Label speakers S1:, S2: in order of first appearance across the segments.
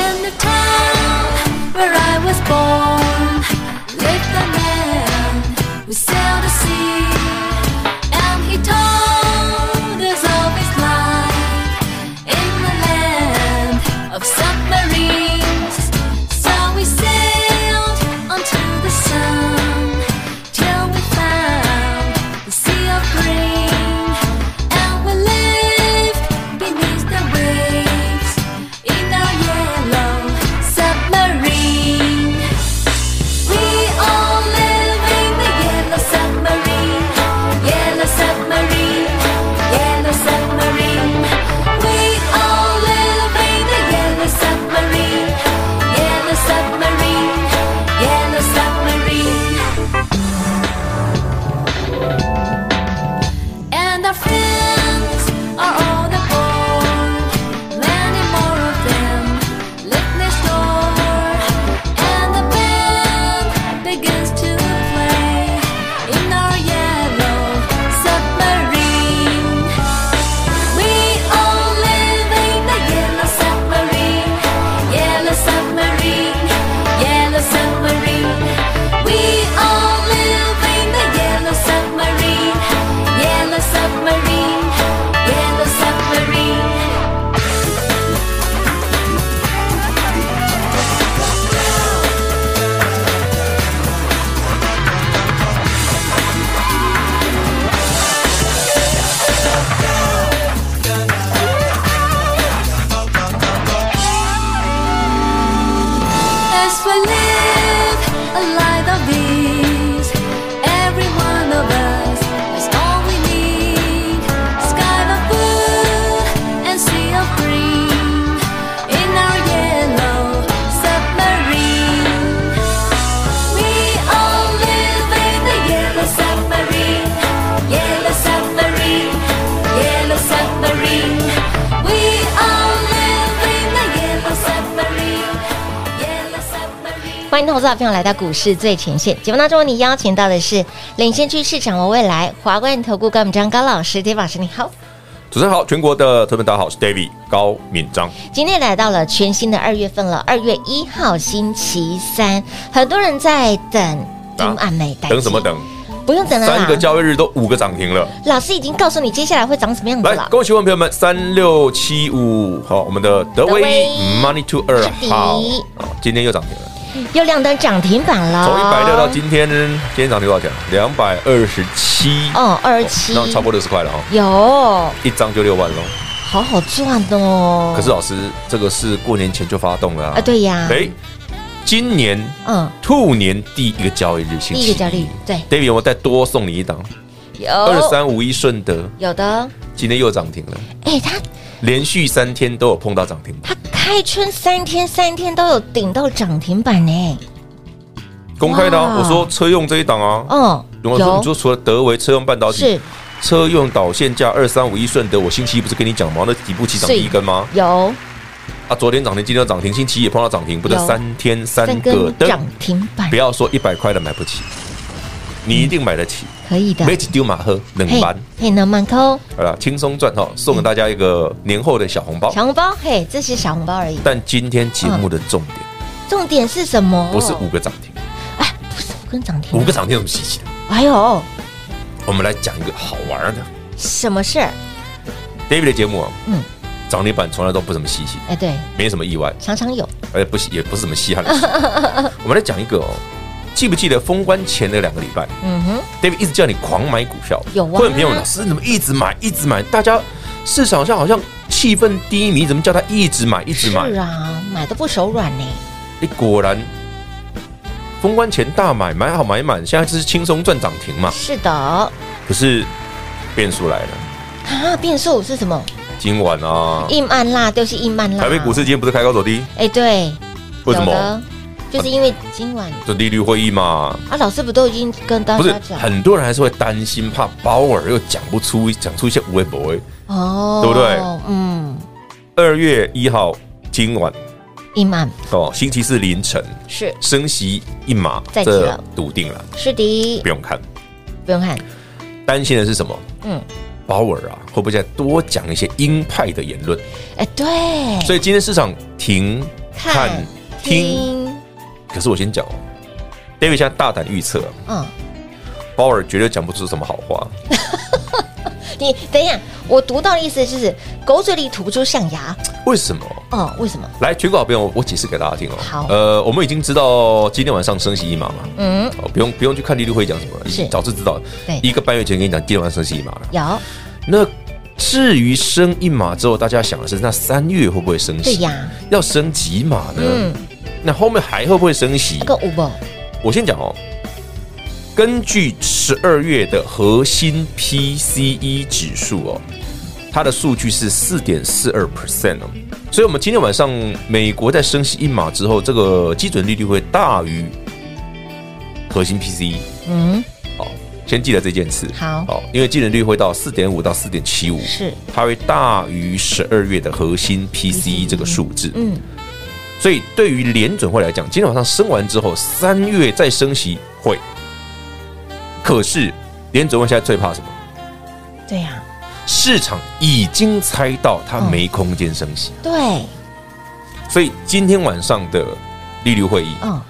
S1: In the town where I was born, lived a man who sailed the sea, and he told us of his life in the land of submarines. So we sailed onto the sun till we found the sea of green, and we lived beneath the waves in a yellow submarine. We all live in the yellow submarine, yellow submarine, yellow submarine. We all live in the yellow submarine, yellow submarine, yellow submarine. And our friends are all aboard. Many more of them live next door. And the band begins to play in our yellow submarine. We all live in the yellow submarine, yellow submarine, yellow submarine. We all live in the yellow submarine, yellow submarine, yellow submarine. As we live a life of ease, every one of us has all we need. Sky of blue and sea of green in our yellow submarine. We all live in the yellow submarine, yellow submarine, yellow submarine. We all live in the yellow submarine, yellow submarine.
S2: 欢迎投资者朋友来到股市最前线节目当中，你邀请到的是领先趋势、掌握未来华冠投顾高敏章高老师，David 老师你好。
S3: 主持人好，全国的特别大家好，我是 David 高敏章。
S2: 今天来到了全新的二月份了，二月一号星期三，很多人在等
S3: 啊
S2: 金嗯暗美代
S3: 等什么？等？
S2: 不用等了
S3: 三个
S2: 啦，
S3: 交易日都五个涨停了。
S2: 老师已经告诉你接下来会长什么样子
S3: 来，
S2: 嗯了。
S3: 恭喜我们朋友们，三六七五，好，我们的德威
S2: 德威
S3: Money to 二
S2: 是的
S3: 号，哦今天又涨停了，
S2: 又亮灯涨停板了，
S3: 从一百六到今天，今天涨停多少钱？两百二十七，
S2: 哦二七，
S3: 那超过六十块了哈，
S2: 有，
S3: 一张就六万喽。
S2: 好好赚哦。
S3: 可是老师，这个是过年前就发动了
S2: 啊，，对呀，
S3: 哎，今年
S2: 嗯，
S3: 兔年第一个交易日，星
S2: 第
S3: 期
S2: 一个交易日哦对
S3: ，David 有没有再多送你一档？
S2: 有
S3: 二三五一顺德
S2: 有的，
S3: 今天又涨停了，
S2: 哎，他
S3: 连续三天都有碰到涨停板，
S2: 他开春三天三天都有顶到涨停板呢。
S3: 公开的、啊。
S2: 哇
S3: 我说车用这一档啊，
S2: 哦，
S3: 我说你说除了德维车用半导体
S2: 是，
S3: 车用导线价二三五一顺德，我星期一不是跟你讲吗？那底部起涨
S2: 是
S3: 第一根吗？
S2: 有
S3: 啊，昨天涨停，今天涨停，星期一也碰到涨停，不是
S2: 有
S3: 三天三
S2: 三
S3: 个
S2: 根
S3: 灯？
S2: 涨停板
S3: 不，要说一百块的买不起，你一定买得起，
S2: 可以的。
S3: 没几丢马喝
S2: 嗯
S3: 冷
S2: 嘿
S3: 班，，
S2: 嘿，能满扣
S3: 好了，轻松赚哈，送给大家一个年后的小红包。
S2: 小红包，嘿，这是小红包而已。
S3: 但今天节目的重点
S2: 重点是什么？
S3: 不是五个涨停，
S2: 哎，不是五根涨停，
S3: 五个。涨停有什么稀奇的？
S2: 哎呦，
S3: 我们来讲一个好玩的。
S2: 什么事儿？
S3: David 的节目啊，
S2: 嗯
S3: 嗯，涨停板从来都不怎么稀奇，
S2: 哎，对，
S3: 没什么意外，
S2: 常常有。
S3: 而且不稀也不是什么稀罕 的事。我们来讲一个哦，记不记得封关前的两个礼拜
S2: 嗯哼，
S3: ，David 一直叫你狂买股票，
S2: 有啊
S3: 会很朋友老师你怎么一直买一直买？大家市场上好像气氛低迷，怎么叫他一直买一直
S2: 是
S3: 买？
S2: 啊，买的不手软呢。
S3: 你果然封关前大买，买好买满，现在就是轻松赚涨停嘛。
S2: 是的，啊，
S3: 可是变数来了，
S2: 变数是什么？
S3: 今晚啊，
S2: 一慢啦，都是一慢啦。
S3: 台北股市，今天不是开高走低，
S2: 哎，对，
S3: 为什
S2: 有
S3: 么
S2: 的？就是因为今晚
S3: 就利率会议嘛，
S2: 啊，老师不都已经跟大
S3: 不是
S2: 家讲
S3: 很多人还是会担心，怕鲍尔又讲不出，讲出一些无为不为。
S2: 哦，
S3: 对不对？
S2: 嗯，
S3: 二月一号今晚
S2: 一慢
S3: 哦，星期四凌晨
S2: 是
S3: 升息一码，
S2: 再提
S3: 这
S2: 了
S3: 笃定了，
S2: 是的
S3: 不，用看。
S2: 不用看，
S3: 担心的是什么？
S2: 嗯，
S3: 鲍尔啊，会不会再多讲一些鹰派的言论？
S2: 哎，对，
S3: 所以今天市场停看听，可是我先讲哦，David 现在大胆预测，
S2: 嗯，
S3: 鲍尔绝对讲不出什么好话。
S2: 你等一下，我读到的意思就是狗嘴里吐不出象牙，
S3: 为什么？
S2: 哦，为什么？
S3: 来，全国好朋友，我解释给大家听哦。
S2: 好
S3: 呃，我们已经知道今天晚上升息一码嘛，
S2: 嗯，
S3: 哦，不用不用去看利率会讲什么了，已经
S2: 是
S3: 早就知道了。
S2: 对
S3: 一个半月前跟你讲今天晚上升息一码了。
S2: 有，
S3: 那至于升一码之后，大家想的是，那三月会不会升息？
S2: 对呀，
S3: 要升几码呢？
S2: 嗯，
S3: 那后面还会不会升息
S2: 那？个五不，
S3: 我先讲哦。根据十二月的核心 PCE 指数哦，它的数据是四点四二 percent 哦，所以我们今天晚上美国在升息一码之后，这个基准利率会大于核心 E PCE
S2: 嗯，
S3: 哦。先记得这件事，
S2: 好
S3: 哦，因为基准利率会到四点五到四点七五，
S2: 是，
S3: 它会大于十二月的核心 PCE 这个数字，
S2: E，嗯，
S3: 所以对于联准会来讲，今天晚上升完之后，三月再升息会。可是联准会现在最怕什么？
S2: 对呀，
S3: 市场已经猜到它没空间升息，
S2: 对，
S3: 所以今天晚上的利率会议，
S2: 嗯，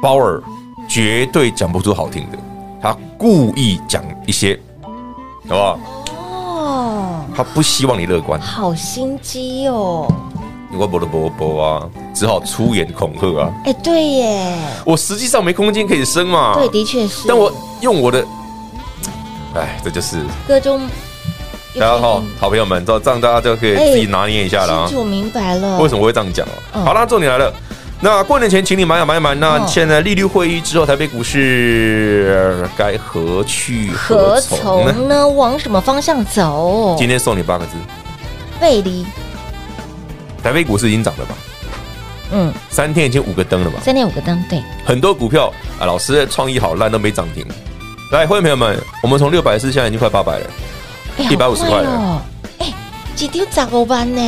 S3: 鲍尔绝对讲不出好听的，他故意讲一些，好不好？
S2: 哦，
S3: 他不希望你乐观，
S2: 好心机哦，
S3: 我不得不不啊，只好出言恐吓啊。
S2: 哎，对耶，
S3: 我实际上没空间可以升嘛，
S2: 对，的确是，
S3: 但我用我的，哎，这就是
S2: 歌中，
S3: 大家好，好朋友们，这这样大家就可以
S2: 哎
S3: 自己拿捏一下了啊
S2: 清。楚明白了，
S3: 为什么我会这样讲哦？
S2: 嗯
S3: 好啦，重点来了。那过年前请你买啊买啊买啊！那
S2: 嗯
S3: 现在利率会议之后，台北股市该何去
S2: 何
S3: 何从呢？
S2: 从呢？往什么方向走？
S3: 嗯今天送你八个字：
S2: 背离，
S3: 台北股市已经涨了吧？
S2: 嗯，
S3: 三天已经五个灯了吧？
S2: 三点五个灯，对，
S3: 很多股票啊，老师创意好烂都没涨停。来，会员朋友们，我们从六百四现在已经快八百了。
S2: 哎
S3: 150块
S2: 好快
S3: 了，
S2: 哦哎，几丢杂狗班呢？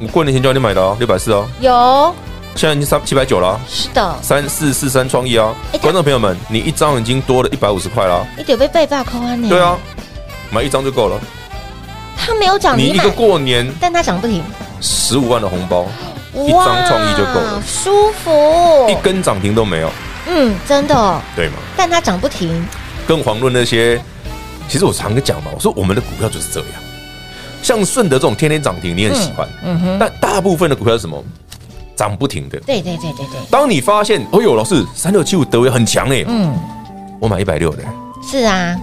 S3: 我过年前叫你买的哦，六百四哦，
S2: 有，
S3: 现在已经三七百九了啊。
S2: 是的，
S3: 三四四三创意啊
S2: 哎！
S3: 观众朋友们，你一张已经多了一百五十块啦。
S2: 你得被被罢扣啊呢。
S3: 对啊，，买一张就够了。
S2: 哦他没有涨，
S3: 你
S2: 你
S3: 一
S2: 买
S3: 个，过年
S2: 但他涨不停，
S3: 十五万的红包，一张创意就够了
S2: 哇舒服。哦
S3: 一根涨停都没有，
S2: 嗯，真的哦，
S3: 对吗？
S2: 但它涨不停，
S3: 更遑论那些，其实我常跟讲嘛，我说我们的股票就是这样。像顺德这种天天涨停，你很喜欢，
S2: 嗯哼，
S3: 但大部分的股票是什么？涨不停的。
S2: 对对对对对，
S3: 当你发现，哦呦，老师三六七五德威很强哎，
S2: 嗯，
S3: 我买一百六的，
S2: 是啊，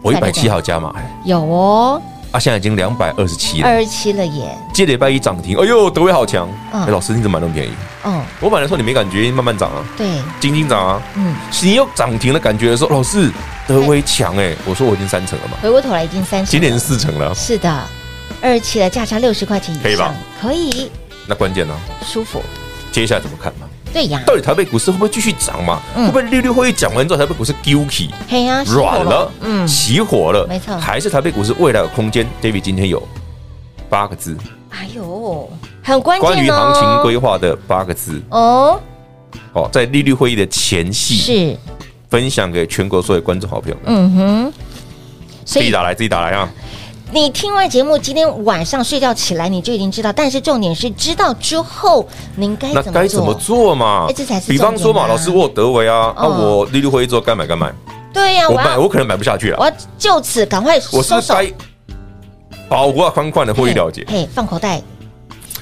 S3: 我一
S2: 对
S3: 百
S2: 对
S3: 七
S2: 对
S3: 还有加码，
S2: 有哦，
S3: 啊，现在已经两百二十七了。
S2: 二十七了耶，
S3: 接礼拜一涨停，哎呦，德威好强！
S2: 嗯
S3: 哎、老师你怎么买那么便宜？
S2: 哦，
S3: 我买的时候你没感觉，慢慢涨啊，
S2: 对，
S3: 金金涨啊。
S2: 嗯，
S3: 你有涨停的感觉的时候，老师德威强哎、我说我已经三成了嘛，
S2: 回过头来已经三十，
S3: 今年四成了，
S2: 是的，二十七的价差六十块钱以上，
S3: 可以吧？
S2: 可以，
S3: 那关键呢、
S2: 舒服，
S3: 接下来怎么看嘛？
S2: 对呀，
S3: 到底台北股市会不会继续涨嘛？
S2: 嗯
S3: 会不会利率会议讲完之后，台北股市 g u i l y
S2: 嘿呀，舒服
S3: 软了，
S2: 嗯，
S3: 起火了，
S2: 没错
S3: 还是台北股市未来有空间？David 今天有八个字，
S2: 哎呦，很关键哦，
S3: 关于行情规划的八个字
S2: 哦，
S3: 哦，在利率会议的前戏
S2: 是，
S3: 分享给全国所有观众好朋友们。
S2: 嗯哼，所
S3: 自己
S2: 以
S3: 打来，自己打来啊！
S2: 你听完节目，今天晚上睡觉起来你就已经知道，但是重点是知道之后您该
S3: 那
S2: 哎怎
S3: 该
S2: 么
S3: 怎么
S2: 做。
S3: 做嘛
S2: 哎这才？是
S3: 比方说
S2: 重点啊
S3: 嘛，老师我有德维啊，啊，
S2: 嗯
S3: 我利率会议之后该买该买，
S2: 对呀、
S3: 我
S2: 我
S3: 买
S2: 要
S3: 我可能买不下去了，
S2: 我要就此赶快收
S3: 我是
S2: 手
S3: 不是，该把握宽宽的获利了结？
S2: 嘿，嘿放口袋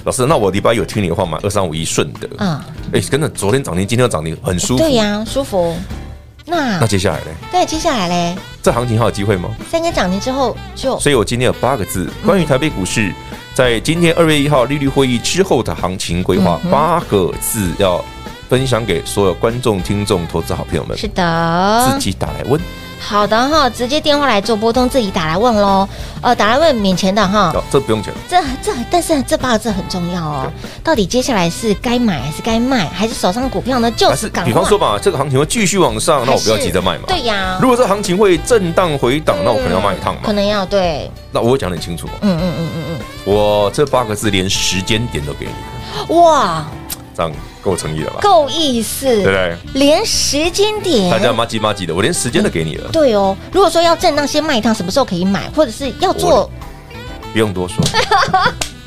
S3: 老师，那我礼拜有听你的话买二三五一顺德，
S2: 啊、
S3: 哎，真的昨天涨停，今天又涨停，很舒服。
S2: 对呀、舒服。那
S3: 那接下来呢？
S2: 对，接下来嘞，
S3: 这行情还有机会吗？
S2: 三根涨停之后就
S3: 所以我今天有八个字，
S2: 嗯
S3: 关于台北股市在今天二月一号利率会议之后的行情规
S2: 嗯
S3: 划，八个字要分享给所有观众、听众、投资好朋友们，
S2: 是的
S3: 自，己打来问。
S2: 好的哈、直接电话来做拨通，自己打来问喽。呃，打来问免钱的哈、
S3: 哦，这不用钱，
S2: 这这，但是这把这很重要哦。到底接下来是该买还是该卖，还是手上股票呢？就
S3: 还
S2: 是
S3: 是
S2: 赶
S3: 比
S2: 快
S3: 方说吧，这个行情会继续往上，那我不要
S2: 还是
S3: 急着卖嘛。
S2: 对呀，
S3: 如果这行情会震荡回档，那我可能要卖一趟
S2: 可
S3: 嘛。
S2: 能要对，
S3: 那我会讲得很清楚哦，
S2: 嗯嗯嗯嗯
S3: 我这八个字连时间点都给你，
S2: 嗯，哇，
S3: 这样够诚意了吧？
S2: 够意
S3: 对不
S2: 思，
S3: 对？
S2: 连时间点
S3: 大。家妈唧妈唧的，我连时间都给你 了，
S2: 对哦，如果说要震荡先卖一趟，什么时候可以买，或者是要做
S3: 不用多说，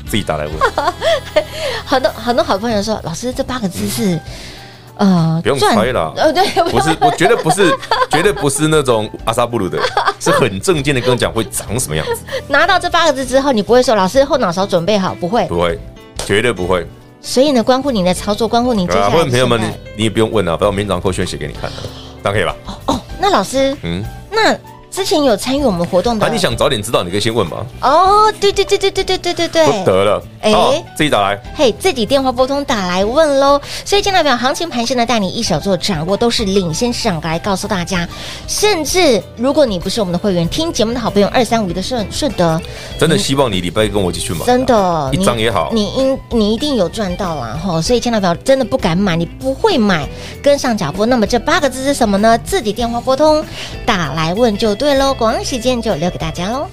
S3: 自己打来问，
S2: 很多很多好朋友说，老师这八个字是、呃
S3: 不用
S2: 赚
S3: 猜啦
S2: 呃对， 不
S3: 不是，我绝对不是，绝对不是那种阿萨布鲁的，是很正经的跟我讲会长什么样子，
S2: 拿到这八个字之后，你不会说老师后脑勺准备好，不会。
S3: 不会，绝对不会。
S2: 所以呢，关乎你的操作，关乎你接下
S3: 啊，
S2: 来的
S3: 会员朋友们，
S2: 期
S3: 你
S2: 待
S3: 你也不用问啊了，把我明天早上扣讯写给你看，啊这样可以吧？
S2: 哦，那老师，
S3: 嗯，
S2: 那之前有参与我们活动
S3: 那
S2: 的，
S3: 啊你想早点知道，你可以先问嘛。
S2: 哦，对对对对对对对对
S3: 不
S2: 对。
S3: 得了，
S2: 哎
S3: 好，自己打来。
S2: 嘿自己电话拨通打来问喽。所以，金代表行情盘势呢，带你一手做掌握，都是领先市场来告诉大家。甚至，如果你不是我们的会员，听节目的好朋友，二三五一的顺顺德，
S3: 真的希望你礼拜一跟我一起去买，啊
S2: 真的，
S3: 一张也好
S2: 你你应你一定有赚到啦吼！所以千万不要真的不敢买，你不会买，跟上脚步。那么这八个字是什么呢？自己电话拨通打来问就对喽。广告时间就留给大家喽。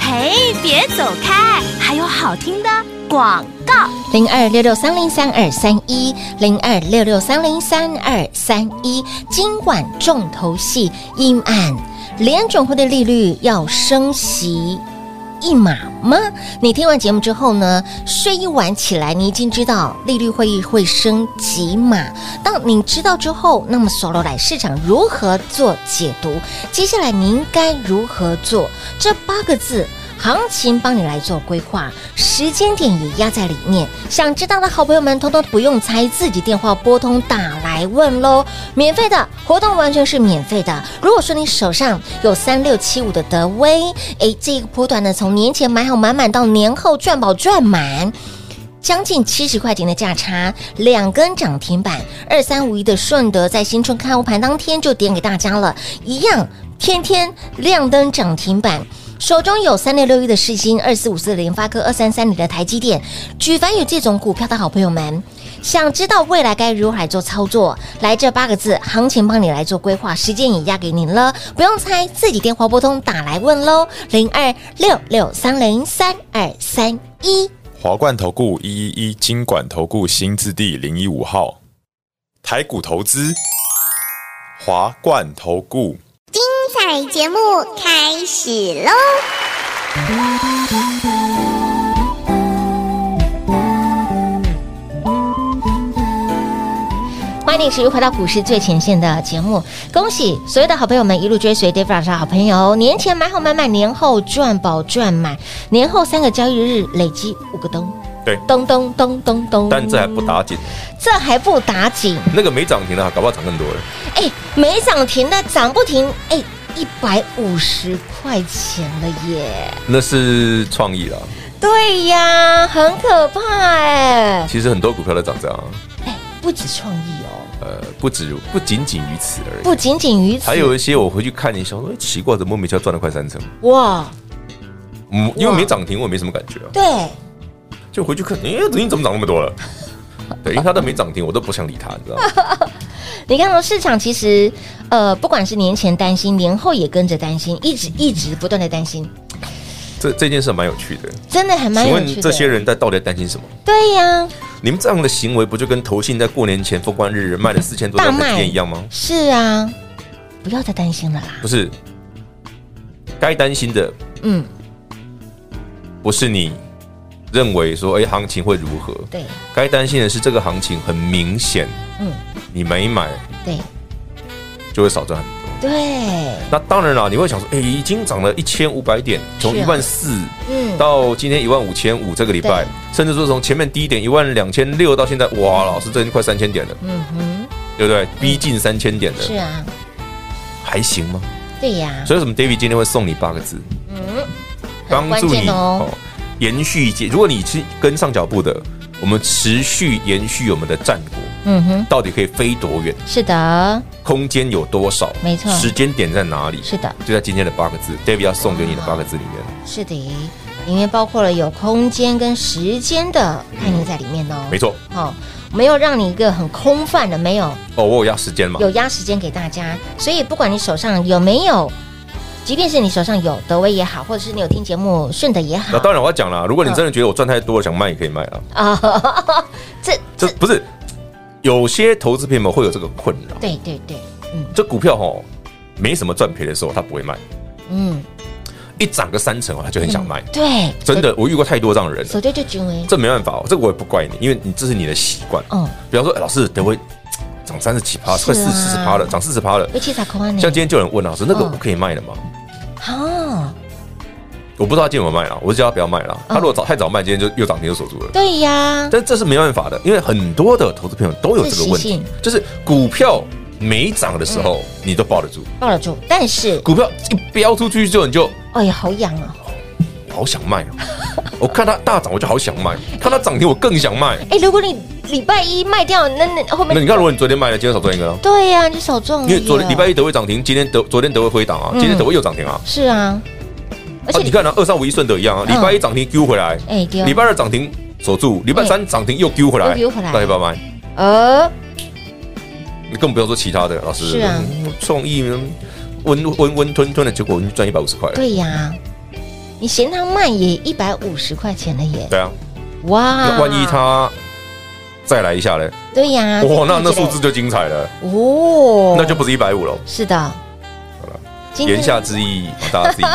S1: 嘿，别走开，还有好听的广告。
S2: 零二六六三零三二三一，零二六六三零三二三一。今晚重头戏阴暗，联准会的利率要升息。一码吗？你听完节目之后呢，睡一晚起来，你已经知道利率会议会升几码。当你知道之后，那么索罗来市场如何做解读？接下来你应该如何做？这八个字。行情帮你来做规划，时间点也压在里面。想知道的好朋友们，通通不用猜，自己电话拨通打来问喽。免费的活动完全是免费的。如果说你手上有三六七五的德威，诶，这个波段呢，从年前买好满满到年后赚饱赚满。将近七十块钱的价差，两根涨停板，二三五一的顺德在新春开盘当天就点给大家了，一样天天亮灯涨停板。手中有三六六一的世星，二四五四的联发科，二三三零的台积电，举凡有这种股票的好朋友们，想知道未来该如何来做操作，来这八个字，行情帮你来做规划，时间也压给您了，不用猜，自己电话拨通打来问喽，零二六六三零三二三一。
S4: 华冠投顾一一一金管投顾新字第零一五号，台股投资，华冠投顾。
S5: 彩节目开始喽！
S2: 欢迎你持续回到股市最前线的节目。恭喜所有的好朋友们一路追随 Dave 老师的好朋友，年前买好买满，年后赚饱赚满，年后三个交易日累积五个灯。
S3: 对
S2: 咚咚咚咚咚。
S3: 但这还不，打紧，
S2: 这还不打紧。
S3: 那个没涨停的，搞不好涨更多了。
S2: 哎，没涨停的涨不停，哎，一百五十块钱了耶！
S3: 那是创意啦，
S2: 对呀，很可怕哎。
S3: 其实很多股票都涨这样，啊
S2: 哎，不止创意哦，
S3: 呃，不止不仅仅于此而已。
S2: 不仅仅于此，
S3: 还有一些我回去看一下，说哎奇怪，怎么莫名其妙赚了快三成？
S2: 哇，
S3: 嗯，因为
S2: 哇
S3: 没涨停，我也没什么感觉啊，
S2: 对。
S3: 就回去看，哎，最近怎么涨那么多了？ 对，因为它都没涨停，我都不想理它，你知道吗？
S2: 你看到哦市场其实，呃，不管是年前担心，年后也跟着担心，一直一直不断的担心，
S3: 这这件事蛮有趣的。
S2: 真的还蛮
S3: 请
S2: 有趣
S3: 问
S2: 的。
S3: 这些人在到底在担心什么？
S2: 对呀、
S3: 你们这样的行为，不就跟投信在过年前封关日卖了四千多
S2: 大
S3: 张台积
S2: 卖
S3: 电一样吗？
S2: 是啊，不要再担心了啦。
S3: 不是，该担心的
S2: 嗯，
S3: 不是你认为说，哎、行情会如何？
S2: 对
S3: 该担心的是这个行情很明显，
S2: 嗯
S3: 嗯，你没买
S2: 对
S3: 就会少赚很多。
S2: 对，
S3: 那当然啦，你会想说，哎、已经涨了一千五百点，从
S2: 是
S3: 一
S2: 啊
S3: 万四
S2: 嗯，
S3: 到今天一万五千五，这个礼拜，甚至说从前面低点一万两千六到现在，哇，老师这已经快三千点了，
S2: 嗯哼，
S3: 对不对？逼近三千点
S2: 是
S3: 了，
S2: 啊，
S3: 还行吗？
S2: 对呀、
S3: 所以为什么 David 今天会送你八个字，
S2: 嗯，
S3: 帮
S2: 关
S3: 助
S2: 键
S3: 你
S2: 哦
S3: 延续接。如果你是跟上脚步的，我们持续延续我们的战果，
S2: 嗯哼，
S3: 到底可以飞多远？
S2: 是的，
S3: 空间有多少，
S2: 没错
S3: 时间点在哪里，
S2: 是的，
S3: 就在今天的八个字，David 要送给你的八个字里面，
S2: 是的，里面包括了有空间跟时间的概念在里面哦。
S3: 没错，
S2: 哦，没有让你一个很空泛的，没有
S3: 哦，我有要时间嘛，
S2: 有压时间给大家，所以不管你手上有没有，即便是你手上有德威也好，或者是你有听节目顺的也
S3: 那
S2: 好
S3: 当然我要讲啦，如果你真的觉得我赚太多了，想卖也可以卖啊，
S2: 啊， 这
S3: 这不是有些投资朋友们会有这个困扰，
S2: 对对对，
S3: 这股票哈没什么赚赔的时候，他不会卖，
S2: 嗯，
S3: 一涨个三成哦，他就很想卖，
S2: 对，
S3: 真的，我遇过太多这样的人了
S2: 手，对就均为，
S3: 这没办法哦，这个我也不怪你，因为你这是你的习惯，
S2: 嗯，
S3: 比方说哎老师，等会涨三十七趴，
S2: 是啊
S3: 快四十趴了，涨四十趴了，
S2: 尤其在空安呢
S3: 像今，天就有人问老师，那个
S2: 嗯
S3: 我可以卖了吗？
S2: 哦，
S3: 我不知道他今天有没有卖啦，我就叫他不要卖啦。
S2: 嗯
S3: 他如果早太早卖，今天就又涨停就锁住了。
S2: 对呀，
S3: 但这是没办法的，因为很多的投资朋友都有这个问
S2: 是习
S3: 题
S2: 性，
S3: 就是股票没涨的时候
S2: 嗯
S3: 你都抱得住，
S2: 抱得住，但是，
S3: 股票一飙出去之后你就
S2: 哎呀，好痒哦，
S3: 好想 卖哦。我看它大涨我就好想卖，看它涨停我更想卖。
S2: 哎，如果你礼拜一卖掉，那那后
S3: 那
S2: 面
S3: 你看，如果你昨天卖了，今天少赚一个啊。
S2: 对呀，你手中
S3: 因为昨天礼拜一德威涨停，今天德昨天德威回档啊，今天德威又涨停啊。
S2: 是啊，嗯而
S3: 啊
S2: 且嗯
S3: 你看啊，二三五一顺德一样啊，礼拜一涨停丢回来，
S2: 哎对哦
S3: 礼拜二涨停锁住，礼拜三涨停又丢回来，
S2: 又丢回来
S3: 那要不要卖？
S2: 呃，
S3: 你更不要说其他的，老师
S2: 是啊
S3: 嗯创意嗯温温温吞吞的，结果你赚一百五十块了。
S2: 对呀，你嫌它慢也一百五十块钱了耶，
S3: 对啊，
S2: 哇，
S3: 那万一它再来一下嘞，
S2: 对呀，
S3: 哇，那
S2: 啊再看
S3: 那数
S2: 一
S3: 字
S2: 下
S3: 就精彩了，
S2: 哦，
S3: 那就不是一百五了。
S2: 是的，今天
S3: 言下之意，大 家自己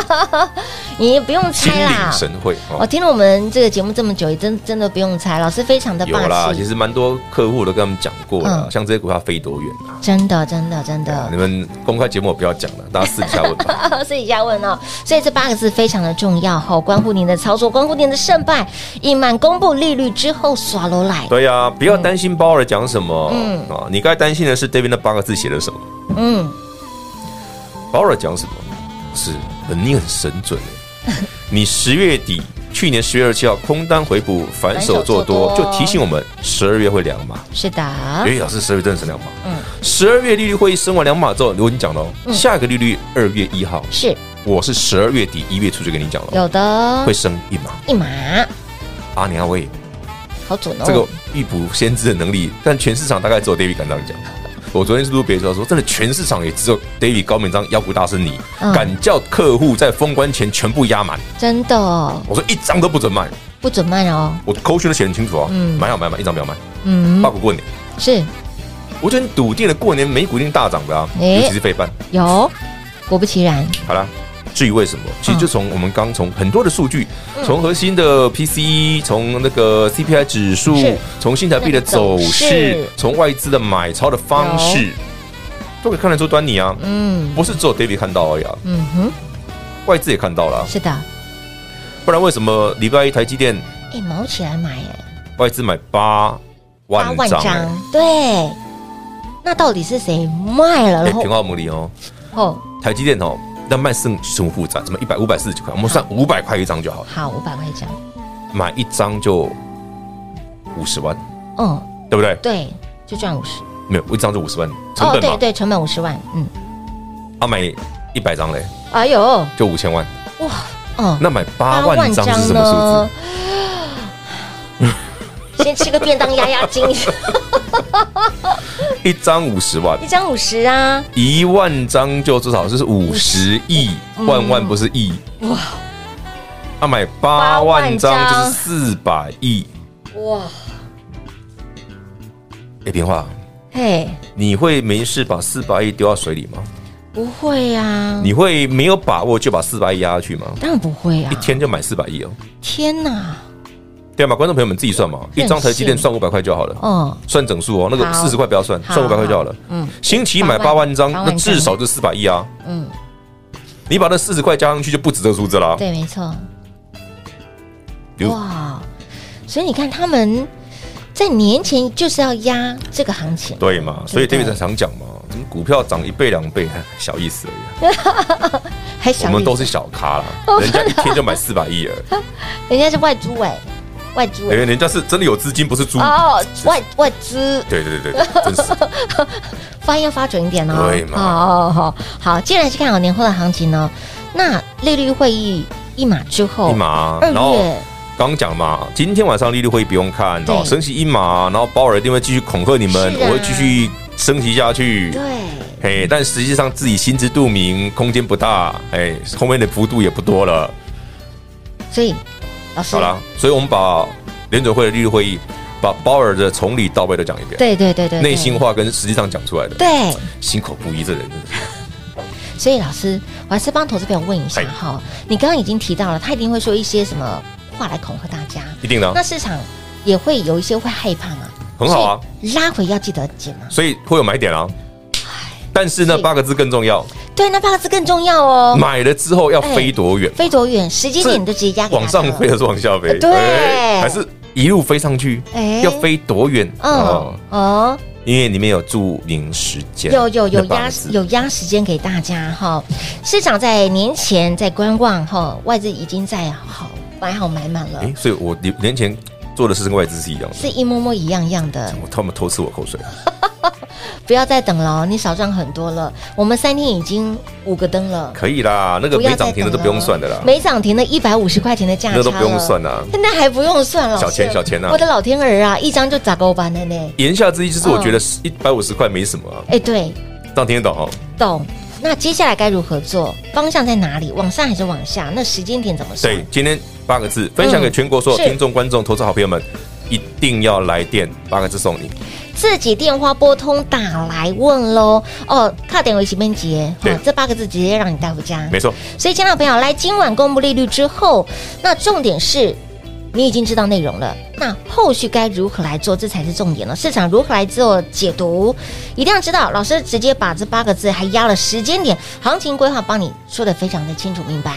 S2: 你也不用
S3: 心
S2: 猜
S3: 领
S2: 啦。
S3: 神会
S2: 我
S3: 哦。
S2: 听了我们这个节目这么久，也真真的不用猜，老师非常的
S3: 有啦
S2: 霸，
S3: 其
S2: 气，
S3: 实蛮多客户都跟他们讲过了
S2: 嗯，
S3: 像这些股票飞多远啊？
S2: 真的真的真的
S3: 你。们公开节目我不要讲了，大家私底下问 吧。
S2: 私底下问哦，所以这八个字非常的重要哈、关乎您的操作，关乎您的胜败。一满公布利率之后耍楼来，
S3: 对呀、不要担心鲍尔讲什么、
S2: 嗯
S3: 啊，你该担心的是 David 那八个字写的什么。
S2: 嗯，
S3: 保尔讲什么？是，很你很神准欸 你十月底，去年十月二十七号空单回补，反手做多
S2: 反手做，
S3: 就
S2: 多
S3: 提醒我们十二月会两码。
S2: 是的，
S3: 袁宇老师十二月真的是两码。
S2: 嗯
S3: 十二月利率会议升完两码之后，我已经讲了哦，下一个利率二月一号，
S2: 是
S3: 我是十二月底一月初就跟你讲了哦，
S2: 有的
S3: 会，升一码。
S2: 一码
S3: 阿尼阿威，
S2: 好准哦，
S3: 这个预卜先知的能力，但全市场大概只有 David 敢这样讲。 我昨天是录别说说，真的全市场也只有 David 高明章、妖股大师你、
S2: 嗯
S3: 敢叫客户在封关前全部压满。
S2: 真的哦
S3: 我说一张都不准卖，
S2: 不准慢哦，
S3: 我口讯都写得很清楚啊，
S2: 嗯
S3: 买好买满，一张不要卖，
S2: 嗯
S3: 八，股过年。
S2: 是
S3: 我觉得你笃定了过年美股一定大涨的啊，
S2: 诶
S3: 尤其是费半。
S2: 有，果不其然，
S3: 好啦，至于为什么，
S2: 嗯
S3: 其实就从我们刚从很多的数据，从核心的 PCE，从那个 CPI 指数
S2: 是，
S3: 从新台币的走
S2: 那个
S3: 势
S2: 走势，
S3: 从外资的买超的方式，都可以看得出端倪啊。
S2: 嗯
S3: 不是只有 David 看到而已啊，
S2: 嗯哼，
S3: 外资也看到了啊，
S2: 是的，
S3: 不然为什么礼拜一台积电
S2: 哎，毛起来买哎，
S3: 外资买八
S2: 八
S3: 万
S2: 万
S3: 张、欸？
S2: 张，对，那到底是谁卖了？
S3: 哎，
S2: 然后
S3: 平话模拟哦，
S2: 哦，
S3: 台积电哦，那卖剩剩负债，怎么一百五百四十九块？我们算五百块一张就好了，
S2: 好，五百块钱，
S3: 买一张就五十万，
S2: 嗯，
S3: 对不对？
S2: 对，就赚五十。哦
S3: 没有，一张就五十万，成本
S2: 对
S3: 嘛。
S2: 对，成本五十万，嗯，
S3: 啊，买一百张嘞，
S2: 哎呦，
S3: 就五千万。
S2: 嗯，
S3: 那买八万张是什么数字？
S2: 字？ 先吃个便当压压惊，
S3: 一张五十万，
S2: 一张五十啊，
S3: 一万张就多少？就是五十亿，万万不是亿。哇！啊，买八万张就是四百亿。
S2: 哇，
S3: 哎，平话，
S2: 嘿，
S3: 你会没事把四百亿丢到水里吗？
S2: 不会啊，
S3: 你会没有把握就把四百亿压下去吗？
S2: 当然不会啊
S3: 一，天就买四百亿哦，
S2: 天哪，
S3: 对啊吗？观众朋友们自己算嘛，一张台积电算五百块就好了，
S2: 哦，
S3: 算整数哦，那个
S2: 好
S3: 四十块不要算，
S2: 好
S3: 算五百块就好了。
S2: 嗯，
S3: 新奇买八万张，
S2: 八万
S3: 那
S2: 张
S3: 至少就四百亿啊。
S2: 嗯，
S3: 你把那四十块加上去就不止这个数字啦。
S2: 对，没错，
S3: 有
S2: 哇，所以你看他们在年前就是要压这个行情，
S3: 对嘛？所以
S2: 对
S3: David 才常讲嘛，怎么股票涨一倍两倍，小意思而已啊。
S2: 还
S3: 我
S2: 想哦啊
S3: 们都是小咖啦，人家一天就买四百亿了，
S2: 人家是外租哎，外资
S3: 哎，人家是真的有资金，不是猪。
S2: 哦，外外资
S3: 对对对对，真是 的
S2: 发音要发准一点哦。
S3: 对嘛
S2: 哦哦哦，好，既然是看好年后的行情呢，那利率会议一码之后，
S3: 一码，
S2: 哦二
S3: 然后
S2: 月
S3: 刚刚讲嘛，今天晚上利率会议不用看，
S2: 对
S3: 哦，升息一码，然后鲍尔一定会继续恐吓你们，
S2: 是啊
S3: 我会继续升息下去。
S2: 对，
S3: 嘿，但实际上自己心知肚明，空间不大，哎，后面的幅度也不多了。
S2: 所以老师
S3: 好，啦，所以我们把联准会的利率会议，把鲍尔的从里到外都讲一遍，
S2: 对对对对，对
S3: 内心话跟实际上讲出来的，
S2: 对，
S3: 心口不一，这人真的是
S2: 所以老师，我还是帮投资朋友问一下
S3: 哎
S2: 哈，你刚刚已经提到了，他一定会说一些什么话来恐吓大家，
S3: 一定的啊
S2: 那，市场也会有一些会害怕啊，
S3: 很好啊，
S2: 所以拉回要记得减啊，
S3: 所以会有买点啊。但是呢，
S2: 是
S3: 八个字更重要，
S2: 对，那八个字更重要哦，
S3: 买了之后要飞多远？
S2: 飞多远，时间
S3: 是
S2: 点你就直接压给他
S3: 往上飞还是往下飞？
S2: 哎对
S3: 哎还是一路飞上去？
S2: 哎
S3: 要飞多远？哦
S2: 嗯，哦，
S3: 因为里面有注明时间，
S2: 有有有
S3: 那八
S2: 压
S3: 个字
S2: 有压时间给大家哈。市场在年前在观望哈，外资已经在好买好买满了
S3: 哎，，所以我年年前做的事跟外资是一样的，
S2: 是一摸摸一样样的，
S3: 我他们偷吃我口水，啊
S2: 不要再等了哦，你少赚很多了。我们三天已经五个灯了，
S3: 可以啦，那个
S2: 不要
S3: 没
S2: 再
S3: 涨停的
S2: 等
S3: 都不用算的啦
S2: 了，没涨停的一百五十块钱的价差
S3: 那都不用算啊
S2: 了，
S3: 啦。
S2: 那还不用算了，
S3: 小钱小钱啊
S2: 我的老天儿啊，一张就砸够班的呢。
S3: 言下之意就是，我觉得
S2: 嗯
S3: 一百五十块没什么啊，
S2: 哎，对，
S3: 这样听得懂哦。
S2: 懂。那接下来该如何做？方向在哪里？往上还是往下？那时间点怎么算？
S3: 对，今天八个字分享给全国所
S2: 嗯
S3: 有
S2: 是
S3: 听众、观众、投资好朋友们，一定要来电，八个字送你。
S2: 自己电话拨通打来问喽。哦，卡点维西边杰，
S3: 对
S2: 哦，这八个字直接让你带回家。
S3: 没错，
S2: 所以，亲爱的朋友，来今晚公布利率之后，那重点是。你已经知道内容了，那后续该如何来做，这才是重点了。市场如何来做解读，一定要知道。老师直接把这八个字还压了时间点，行情规划帮你说的非常的清楚明白。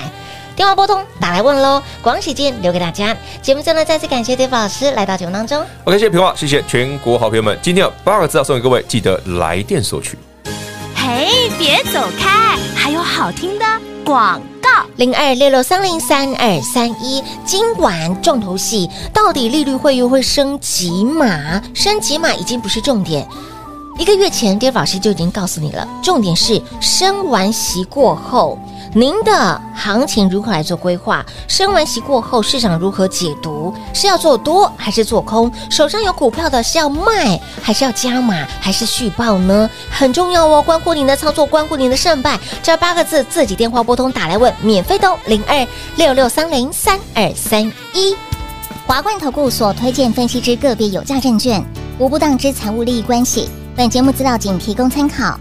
S2: 电话拨通，打来问喽。广喜间留给大家。节目最后呢，再次感谢 David 老师来到节目当中。
S3: OK，谢谢平话，谢谢全国好朋友们，今天有八个字要送给各位，记得来电索取。
S1: 嘿，别走开，还有好听的广告。
S2: 零二六六三零三二三一。今晚重头戏到底利率会又会升几码？升几码已经不是重点。一个月前，跌老师就已经告诉你了，重点是升完息过后，您的行情如何来做规划？升完息过后，市场如何解读？是要做多还是做空？手上有股票的是要卖还是要加码还是续报呢？很重要哦，关乎您的操作，关乎您的胜败。这八个字，自己电话拨通打来问，免费的哦，零二六六三零三二三一。
S5: 华冠投顾所推荐分析之个别有价证券，无不当之财务利益关系。本节目资料仅提供参考，